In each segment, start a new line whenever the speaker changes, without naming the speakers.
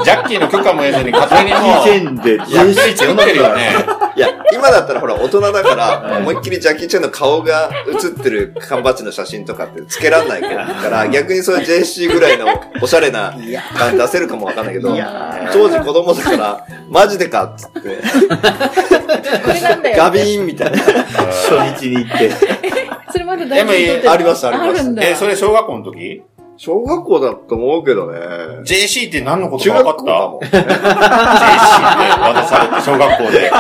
ジャッキーの許可も得ずに勝手にもう、
以前で
ジャッキーって呼んでるよね。
いや、今だったらほら大人だから、思いっきりジャッキー・チェンの顔が写ってる缶バッジの写真とかって付けらんないから、逆にそういう JC ぐらいのおしゃれな感じ出せるかもわかんないけど、当時子供だから、マジでかっつって。
これ なんだよ。
ガビーンみたいな。
初日に行って
それまだ大事に撮って
ありましたありました
あるんだ。
え、それ小学校の時
小学校だと思うけどね。
?JC って何のこと
中
か分
学
かっ
校
た
だもん。
渡されて、小学校で。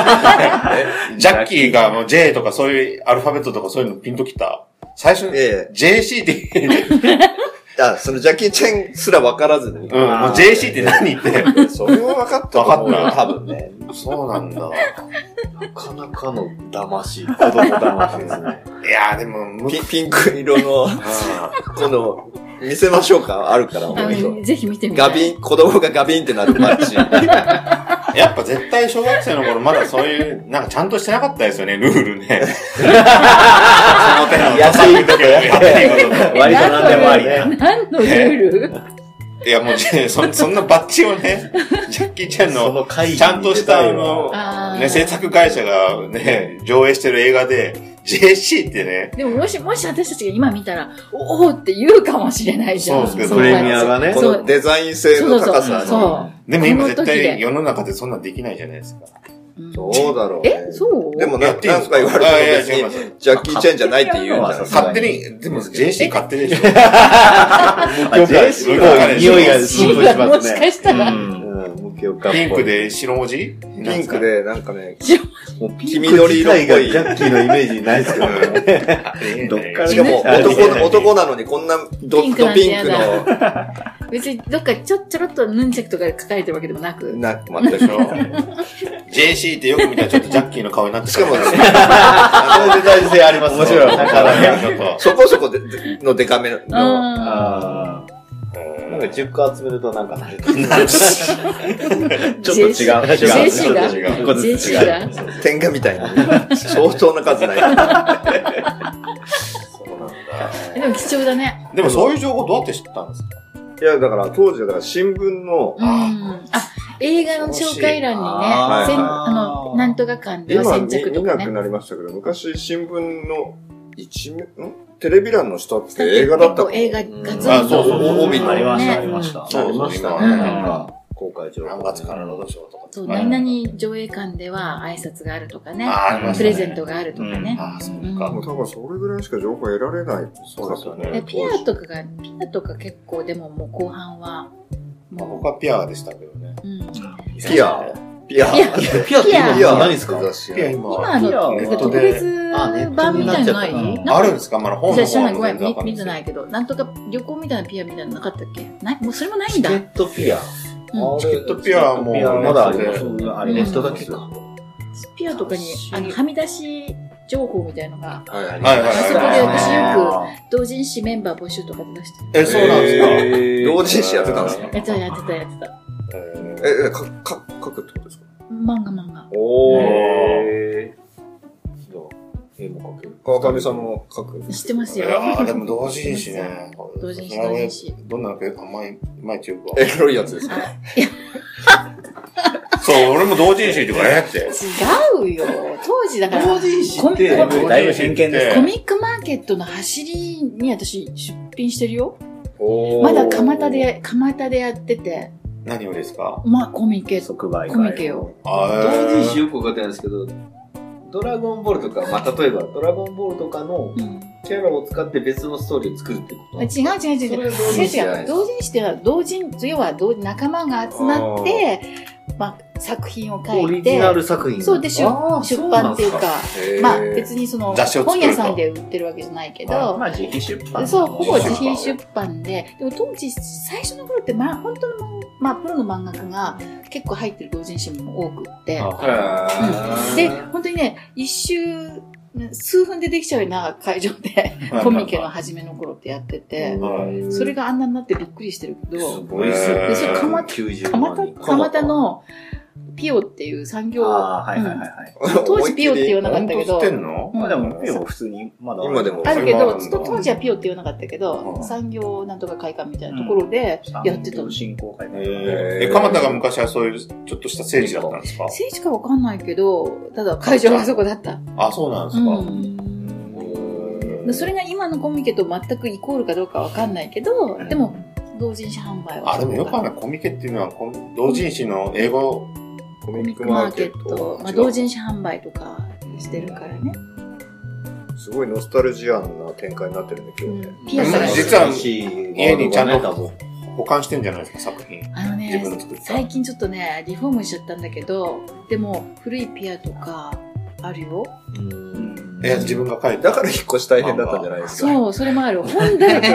ジャッキーがもう J とかそういうアルファベットとかそういうのピンときた。最初、
え
JC って、
え。あ、そのジャッキー・チェンすら分からずに。
うん、もう JC って何って。
それは分かったと思うよ
分かった
多分ね。
そうなんだ。
なかなかの騙し、子供騙しですね。
いやーでも、む
ピピンク色の、この、見せましょうかあるから、
あ
思うよ
のぜひ見てみて。
ガビン、子供がガビンってなってマッチ。
やっぱ絶対小学生の頃まだそういう、なんかちゃんとしてなかったですよね、ルールね。その手の
安いこと
やっていいこと
割となんでもありね。
何 のルール
いやもう J そ、そんなバッジをね、ジャッキーちゃん
そ
の
の会議に
ちゃんとした、あ
出いわ
の、
あー
ね、制作会社がね、上映してる映画で、JC ってね、
でももし、もし私たちが今見たら、おおって言うかもしれないじゃん。
そうですけど
プレミアがね
こ。のデザイン性
そう
の
そう
高
そう
さ
そ
でも今絶
この時で
対世の中でそんなんできないじゃないですか。
う。うん
に。どうだろうね。
えそう
でも
や
な、
っていいん
な
で
ん
す
か言われ
あいや
ても別
違います
に、ジャッキー・チェンじゃないって言うんじゃない
あ
か
勝手に、でも JC 勝手でしょ。
あ JC の匂いがすごいしま
も
す
し
ね。
かしたら、
うん、無教化っぽ
ピ
い
ンク。で白文字
ピンク。で、なんかね、
もうピンク自体がジャッキーのイメージないですけどね。どっから
しかも
あ見
男
てない
の、男なのにこんなドットピンクの、
別にどっかちょ、ちょろっとヌンチャクとか書かれてるわけでもなく、
な、待って
でしょ JC ってよく見たらちょっとジャッキーの顔になって
しかも、
そういうデザイン性あります
面白い。だから、ちょっと。
そこそこででのデカめの、
あ
あ
ーなんか
え
10個集めるとなんかなる。
ー
ちょっと違う。
JC
違う。
JC が
ちょっと違う一個ずつ違
JC
う。
が
天下みたいな。相当な数ない。
でも貴重だね。
ー でもそういう情報どうやって知ったんですか
いや、だから当時、だから新聞の、
うん。あ、映画の紹介欄にね、
あ
ー
せん
はい
はい
あの、なんとか館では
今
先
見
着
見
とか
な
ね。
くなりましたけど、昔新聞の一面、んテレビ欄の下って映画だった
結構映画がず
あ
っ
そうそう
と。
帯に
ありました、
ね
ありました。
そうそう
ありました
今
ね。
はね
なんか、公開情報。
何月からのどうしようとか。
そう、何々上映館では挨拶があるとかね、
あーありました
プレ
ね
ゼントがあるとかね。
ああ、そ
うん
うか
もう。多分それぐらいしか情報得られない。
そうですよね
でピアとかが、ピアとか結構でももう後半は
まあ、
も
僕はピアでしたけどね。
う、うん、
ピアピア
ピア
ピアって今
ピア
何ですか
雑誌
ピア今、
今あの
ネ
なん
ッ
か
ト
特
で。
別
あネットに
版みたいのない
なっちゃったか
な
あるんですかまだ本
じゃ
の
あ知らないごめん
全然わ
見
かん
見てないけどなんとか旅行みたいなピアみたいなのなかったっけないもうそれもないん
チケ
だ、
ットピア。
うん、
チケットピアはもう
まだあります
ネットで
あれネットだけか。
ピアとかにあのはみ出し情報みたいのが
はいはい
はいはい
あそこ
はい
で
はい。
私よく同人誌メンバー募集とかで出して
え、そうなんですか、え
同人誌やってたんですか
やってたやってたやってた
ー
え、えか、か、書くってことですか
漫画漫画
お
へ
絵も描ける。川上さんも書く。
知ってます
い
よ
やー、でも同人誌ね。
同人誌
それはね
同人誌
どんなのかあんまり、いまいちよくわかん
エロいやつですか
あ
そう、俺も同人誌とかえって。
違うよ当時だから
同人誌って、
コミコミ
だいぶ偏見です
コ
か
ミックマーケットの走りに私出品してるよ
お
まだ蒲田。で蒲田でやってて
何をですか
まあコミケと
即売
コミケよ
あ
同人誌
誌
よく分かってないんですけど、ドラゴンボールとか、まあ、例えば、ドラゴンボールとかの
うん
キャラを使って別のストーリーを作るってこ
違う違う違う違う違う違う同人誌では同人要は同仲間が集まってまあ、作品を
とオ
書
リ
い
ジ
て
ナル作品
そうで出
あー
出
そうな
版
ん
っていうか
へー
まあ別にその
雑誌を作
本
ると
屋さんで売ってるわけじゃないけ
まあ
ど
まあ自費出版
そうほぼ自費出版ででも当時最初の頃って、まあ、本当の漫画、まあ、プロの漫画家が結構入ってる同人誌も多くってうんで本当にね一周数分でできちゃうような会場でコミケの初めの頃ってやっててそれがあんなになってびっくりしてるけ
す
ど
ごいっすよ
で
ね。
それ蒲
90
蒲
万
田
人
蒲田のピオっていう産業
ああ、はいはいはいはい。
当時ピオって言わなかったけど
本当知ってんの
うん
まあでも、ピオ普通に、まだ
今でも
あるけ
そういうのあ
ど
るんだ
と当時はピオって言わなかったけど、
うん
産業なんとか会館みたいなところでやってたの、
進行会
え
へ
ーえ、
ー
蒲田が昔はそういう、ちょっとした聖地だったんですか
聖地かわかんないけどただ会場はそこだった、
あ、そうなん
う
ですか
んそれが今のコミケと全くイコールかどうかわかんないけどでも同人誌販売は
あ、でもよくあるなコミケっていうのは、この同人誌の英語、
コ
コ
ミ
ミ
ッ
ック
ク
マ
マ
ー
ー
ケ
ケ
ッ
ッ
ト、
ト。
まあ、同人誌販売とかしてるからね、
すごいノスタルジアンな展開になってるんで、
う
今日ね。
ん、ピアスが
実は
家
家にちゃんと保管してんじゃないですか、作品。
あの
自分
ね
の作った。
最近ちょっとねリフォームしちゃったんだけどでも古いピアとかあるよ
え、自分が書いた。
だから引っ越し大変だったんじゃないですか。
そう、それもある。本だらけ。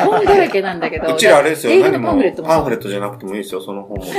本だらけなんだけど。
うちらあれですよ、
映画
何
のパ
も
ンフレットも
パンフレットじゃなくてもいいですよ、その本を持 って。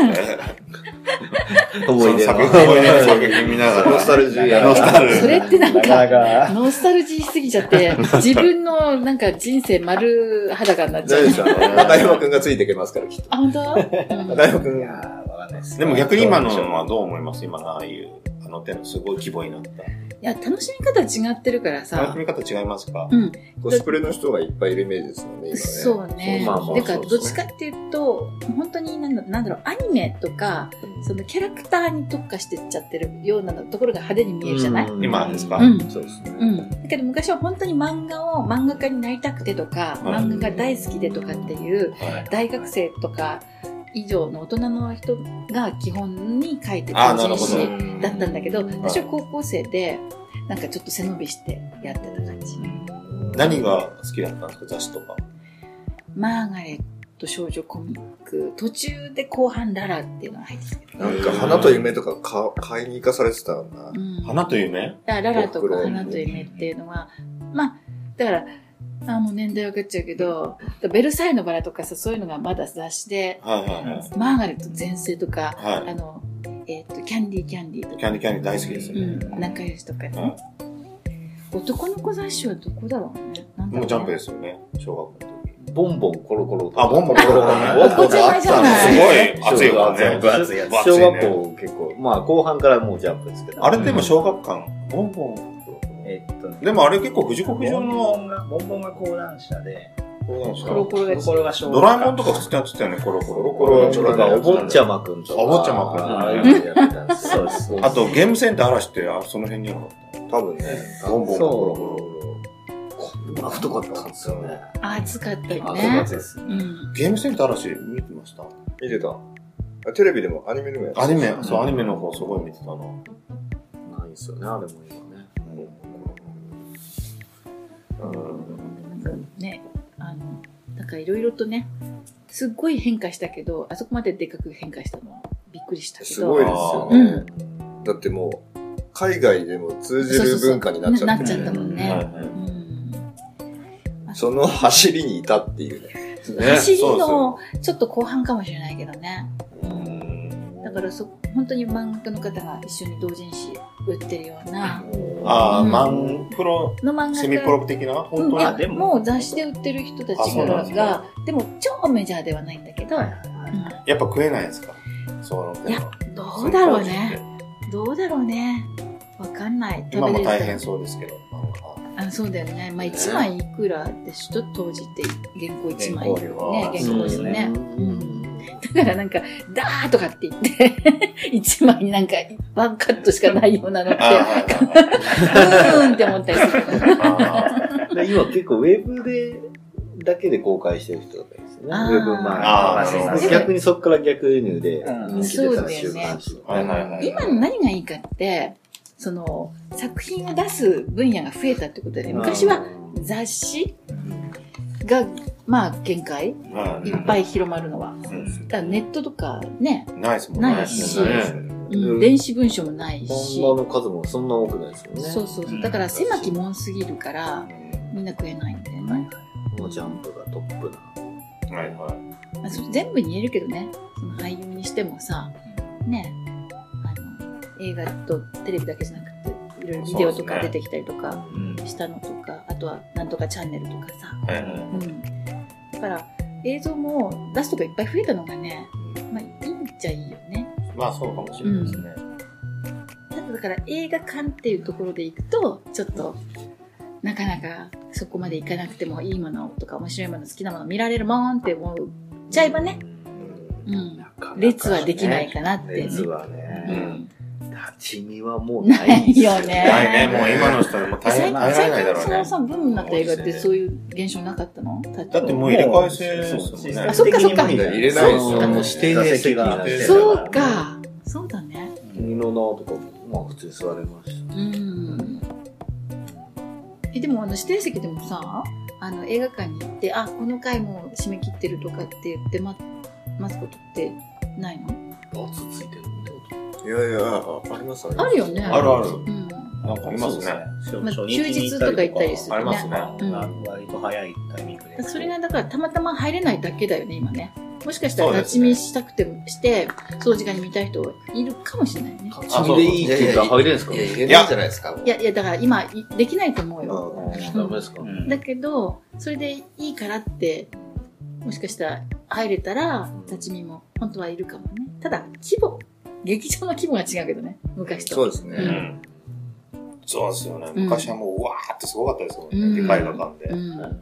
思い出
そ
の
の作品思い出の作品見ながら。
ノスタルジアン。
ノスタルジアン
それってなん
なかな
か、
か、
ノスタルジーしすぎちゃって、自分のなんか人生丸裸になっ
大
ち
丈
ゃう
夫で。すよ。中山くんがついていけますから、きっと。
あ、本当、
中山く
い
ん
や。ーわかんないです。
でも逆に今のはどう思います今のああいう、あの手のすごい規模になった。
いや、楽しみ方違ってるから
楽し
さ。
み方違いますか
うん。
コスプレの人がいっぱいいるイメージですもんね、今ね。
そうね。
まあまあ
てか、
そうです
ど
ね
っちかっていうと、本当になんだなんだろう、アニメとか、そのキャラクターに特化してっちゃってるようなところが派手に見えるじゃない、
今ですか
うん
そうですね。
うん、だけど昔は本当に漫画を漫画家になりたくてとか、
はい
漫画が大好きでとかっていう大学生とか以上の大人の人が基本に書いて
あー
同
なる
人
ほ
誌
ど
だったんだけど
はい
私は高校生でなんかちょっと背伸びしてやってた感じ
何が好きだったんですか雑誌とか。
マーガレット少女コミック途中で後半ララっていうのが入ってきたけど、
なんか、花と夢とかか買いに行かされてたよな
う。ん
花と夢
だからララと
おふく
か
ろ
花と夢っていうのは、まあ、だから、あもう年代わかっちゃうけど、ベルサイユのバラとかさ、そういうのがまだ雑誌で、
はいはいはい。
マーガレット全盛とか、
はい
あの、えっ、と、キャンディーキャンディーと
キャ
か、
ンディキャンディ大好きです
う
ね。
ん、仲良しとかね、
は
男の子雑誌はどこだろうね。なんだろう
もう
ね
ジャンプですよね。小学校の時。
ボンボンコロコロとか
あ、ボンボンコロコロ
ボ
ね。
ンボンコロコロ
あったんだじゃな
すごい熱い
小
よ
学
ね。
校熱いやつ小学校結構、まあ後半からもうジャンプですけど。
あれでも小学館。ボンボン。
えっとね、
でもあれ結構藤
ボ
子
ン
不二雄
ボ
の
ンが、ボンボンが講談社で、
コロコロが
コロが小学
ドラえもんとか普通にやってたよね、コロコロ。コロ
とか、お坊ちゃまくんとか。
お坊ちゃまくん
ああいうのやってたんですよ。そうですそうです。
あと、ゲームセンター嵐って、あその辺にあるの
多分ね。
ボンボンコロコ
ロ。太かったんですよね。
あ暑かった
熱
よ
か
ね
っ。たです。
うん。
ゲームセンター嵐見てました
見てた。あテレビでもアニメでもやってた
アニメ、そう、アニメの方すごい見てたな。
ないんですよね、あれも今ね。
ね、あの、なんかいろいろとね、すっごい変化したけど、あそこまででかく変化したのはびっくりしたけど。
すごいですよ
う
ね。だってもう、海外でも通じる文化になっちゃってる
そうそうそうななっちゃったもんね
はいはい
うん
その走りにいたっていうね。
ね
走
そ
り
うそ
のちょっと後半かもしれないけどね。だからそ、本当に漫画家の方が一緒に同人誌売ってるような、
ああ、
うん
マンプロ、
の漫画
セミ
家
プロ的な
う
本
ん、い
当
や
に。
でもう雑誌で売ってる人た
あ
ち
そうなん
が
です
が
か
でも超メジャーではないんだけど、
やっぱ食えないんですかそう
いやどうだろうね。どうだろうねわかんない
今も
た
大変そうですけど。
あそうだよねまあ1枚いくらでしょ当時って原稿1枚
原稿料は
ね原稿ですね
うん
だからなんか「ダー!」とかって言って 1枚になんかワンカットしかないようなのって
ああ、はい
う
は
ーんって思ったりする
いはい
で今結構ウェブで、だけで公開してる人とかですよね。ウ
あー
ェブマ
あーなるほ
ー
ど
逆にそこから逆輸入で人気出
そう
た
だ
週
よね
刊誌。
はいはいはい
今の何がいいかってその作品を出す分野が増えたってことで昔は雑誌がまあ限界
はい
っぱい広まるのは
うん
だからネットとかね、
ないですもんね。
ないし
ね
うん、電子文書もないし
本場の数もそんな多くないですよね。
そうそうそうだから狭き門すぎるからみんな食えないんだよね、
もうジャンプがトップな。
はいはい。
まあ、それ全部に言えるけどねその俳優にしてもさねあの映画とテレビだけじゃなくていろいろビデオとか出てきたりとかしたのとか、あとはなんとかチャンネルとかさ、
はいはい
うん、だから映像も出すとかいっぱい増えたのがね、まあ、いいっちゃいいよね
まあそうかもしれないですね。
ただだから映画館っていうところでいくとちょっとなかなかそこまでいかなくてもいいものとか面白いもの好きなもの見られるもんって思っちゃえばね、うん、列はできないかなって、
列は
う
ね、
ん、
立ち見はもうな
ないいよ
な
ね
いね。もう今の人はもう大
最
変、
近
耐えられないだろ
最
うね
近。そのさブームになった映画ってそういう現象なかったのだ
だってもう入れ替え制ですもんね
あ。そっかそっか
入
入れないですよ
もう指定席が
う
そうかそうだね
君の名とかもまあ普通に座れまし
うんえでもあの指定席でもさあの映画館に行ってあこの回もう締め切ってるとかって言って待待つことってないの
たバツついてるみたい
いやいや、ありますあり
あ
ます。
るよね
あるある。
うん
なんかありますね。
まあ休日とか行ったりするね
ありますね。
うん
割と早いタイミング
だか
で
らそれがだからたまたま入れないだけだよね今ねもしかした
そう
ら
で
立
す
ち
ね
見したくてもしてその時間に見たい人いるかもしれないね
立ち見でいいって言ったら入れるんですか
いや、入れないじゃないですか。もう
いやいやだから今いできないと思うよ
ダメですか
だけどそれでいいからってもしかしたら入れたら立ち見も本当はいるかもねただ規模劇場の規模が違うけどね昔と
そうです
う
ね。
ん。そうですよね。
うん
昔はもう、うわーってすごかったですも
うんん
ね。でかい映画館で。
うん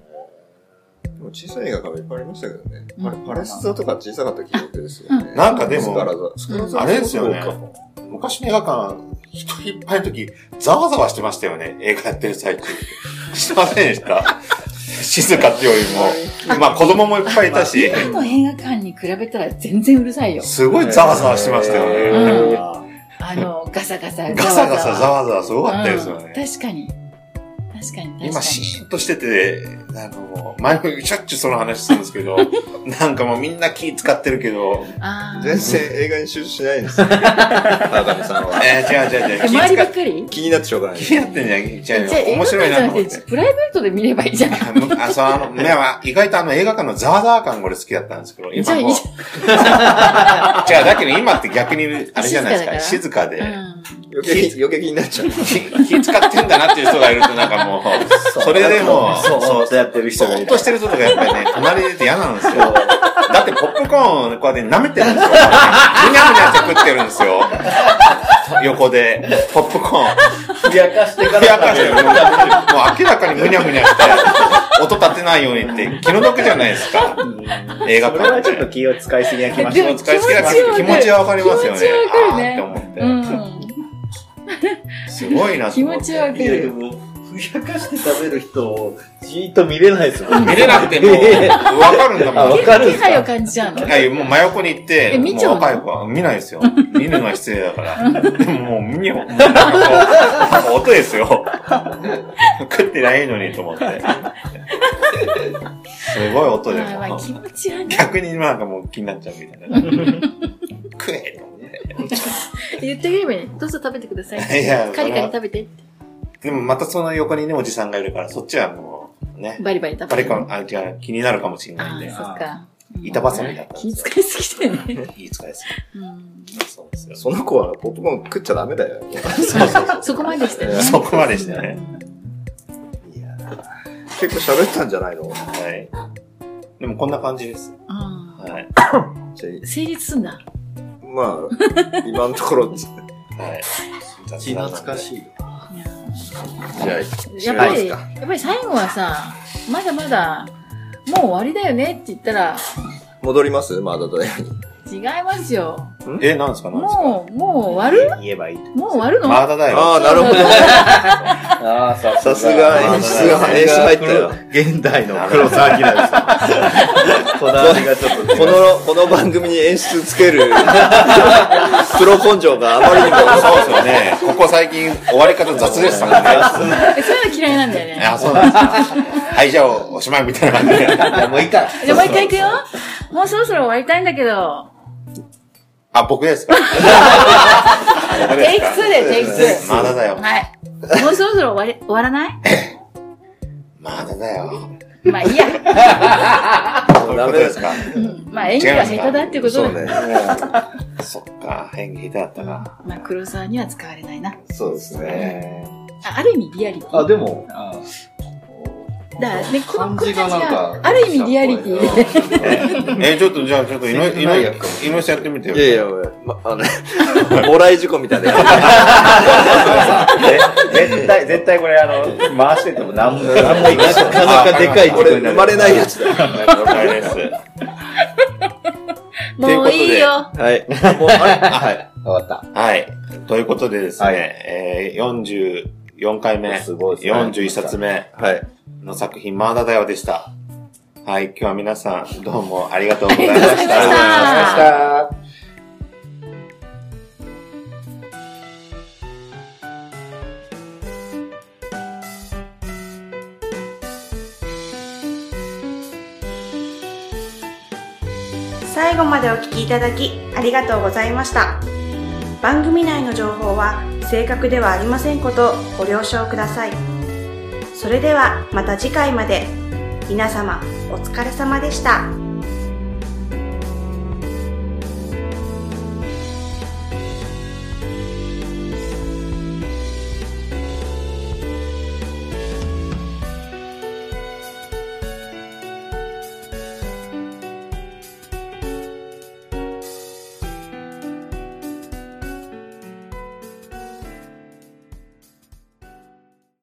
もう小さい映画館いっぱいありましたけどね。
うん
あれパレス座とか小さかった記憶ですよ
う
ね。
なんかでも
スカラ座スカラ座
あれですよね
そうかも
昔の映画館、人いっぱいの時、ざわざわしてましたよね。映画やってる最中。 してません でした。静かってよりも。まあ子供もいっぱいいたし、
今の映画館に比べたら全然うるさいよ
すごいざわざわしてましたよね。
うんあのガサガサ
ガサガサざ
わ
わざわすごかったですよ
うん
ね。
確かに確かに確かに
今シーンとしてて、なんかもう、前もしょっちゅうその話するんです けど、なんかもうみんな気使ってるけど、
あ
全
ー
然映画に集中しない んですよ。川上さんは。
えー、違う違う違う。
え
気
周りば
使っ
っかり
気になってしょうがない。
気になってんじゃん。違う
じゃあ
違う。面白いなと
映画
思っ
館じゃ
て
なく。てプライベートで見ればいいじゃん
あむあ、そう、あの、ね、まあ意外とあの映画館のザワザワ感これ好きだったんですけど、
じゃ
今
あいい
も。違
じ
う、だけど今って逆に、あれじゃないですか、静
静
かで
ゃん、うん
余計余計気になっちゃう。
気気使ってんだなっていう人がいるとなんかもう、それでもう、
そう、
そう、
そうやってる人
そ
が
ー
い
っと
る。
してる人とかやっぱりね、隣でいて嫌なんですよ。 だってポップコーンこうやって舐めてるんですよ。ぐにゃぐにゃって食ってるんですよ。横で、ポップコーン。
ふやかしてか
ふや
ら
かしてるもう明らかにむにゃむにゃして、音立てないようにって気の毒じゃないですか。映画
それ
館
は
っ
ちょっと
て。
気を使いすぎな気がし
気
で
ま
を
も
す
使いすぎだから気持ちはわかりますよね。
気持ちはわかるね
あーって思って。
うん
すごいなと思って
気持ちはわかる
いやいや
もうふやかして食べる人をじーっと見れないですもん
見れなく ても、わかるんだ
あ
も
わ。
ん
かるん
気
すか
配を感じちゃうの。
はい、もう真横に行って、
え見ちゃうの
も若い子は見ないです よ。見るのは失礼だから。でももう見よう。なんかこうなんか音ですよ。食ってないのにと思って。すごい音で
まあまあ気持ちはね。
逆になんかもう気になっちゃうみたいな。食えと思って
言ってあげればいいね。どうぞ食べてくださ い。
いや
カリカリ食べて。
でもまたその横にね、おじさんがいるから、そっちはもうね、
バリバリ食べて。
あれか、あ、じゃあ気になるかもしれない
あ
ん
あ、
で
そ、っか。うん
板挟みだったん
気
です
遣いすぎてね。
よ。いい使いです
う
よ。
ん
そうですよ。
その子はポップコーン食っちゃダメだよ。
そこまでしたよね。
そこまでしたね。
結構喋ったんじゃない
は
の
い。でもこんな感じです。
うん。うん
はい。
じゃ
成立すんだ。
あま あ、今のところ、じ
はい。
気懐かしい
いや
ゃあ、
やっぱ
違
り、
い
や
ま
っぱり最後はさ、まだまだ、もう終わりだよねって言ったら、
戻りますまだだよ。
違いますよ。
え、なんですかなんですか
もう、もう終わる
言えばいい
もう終わるの
マーダだよ。
ああ、なるほど。
ああ
さすが、演出が、演出入ったよ。
現代の黒沢明ですこだわりがちょっと
この、この番組に演出つける、 プロ根性があまりにも、
そうですよね。 ここ最近終わり方雑でしたもんね。
えそういうの嫌いなんだよね。
あ、そうなんですか。 はい、じゃあおしまいみたいな感じで。
いやもういいか
じゃあもう一回行くよ。もうそろそろ終わりたいんだけど。
あ、僕ですか僕
テイク2
か
で、テイク2。
マーダだよ。
はい。もうそろそろ終わり、終わらない
マーダだよ。
まあいいや。
そういうことですか
うんまあ演技が下手だっていうこと
そう
で。
ね。
そっか、変化下手だったな。
まあ黒沢には使われないな。
そうですね
あある意味リアリティ。
あでも
だからね、この
感
子た
じ
ち
がなん
は
か、
ある意味リアリティ。
え、ちょっとじゃあ、ちょっと井上、井上、井上さんやってみてよ
い。やいや、おいま、あの、 もらい事故みたいな。
絶対絶対これあの回してても何も何もいかないなかなかでかい
これ、生まれないやつだよ。
了解です。
もういいよ。
はい。もうあれ
わかっ
はい。ということでですね、
はい
えー、44回目、
すごいですね
41冊目
はい。はい。
の作品、マーダだよでした。はい、今日は皆さん、どうもありがとうございました。
ありがとうございました
た
あ
した
最後までお聞きいただきありがとうございました番組内の情報は正確ではありませんことをご了承くださいそれではまた次回まで皆様お疲れ様でした。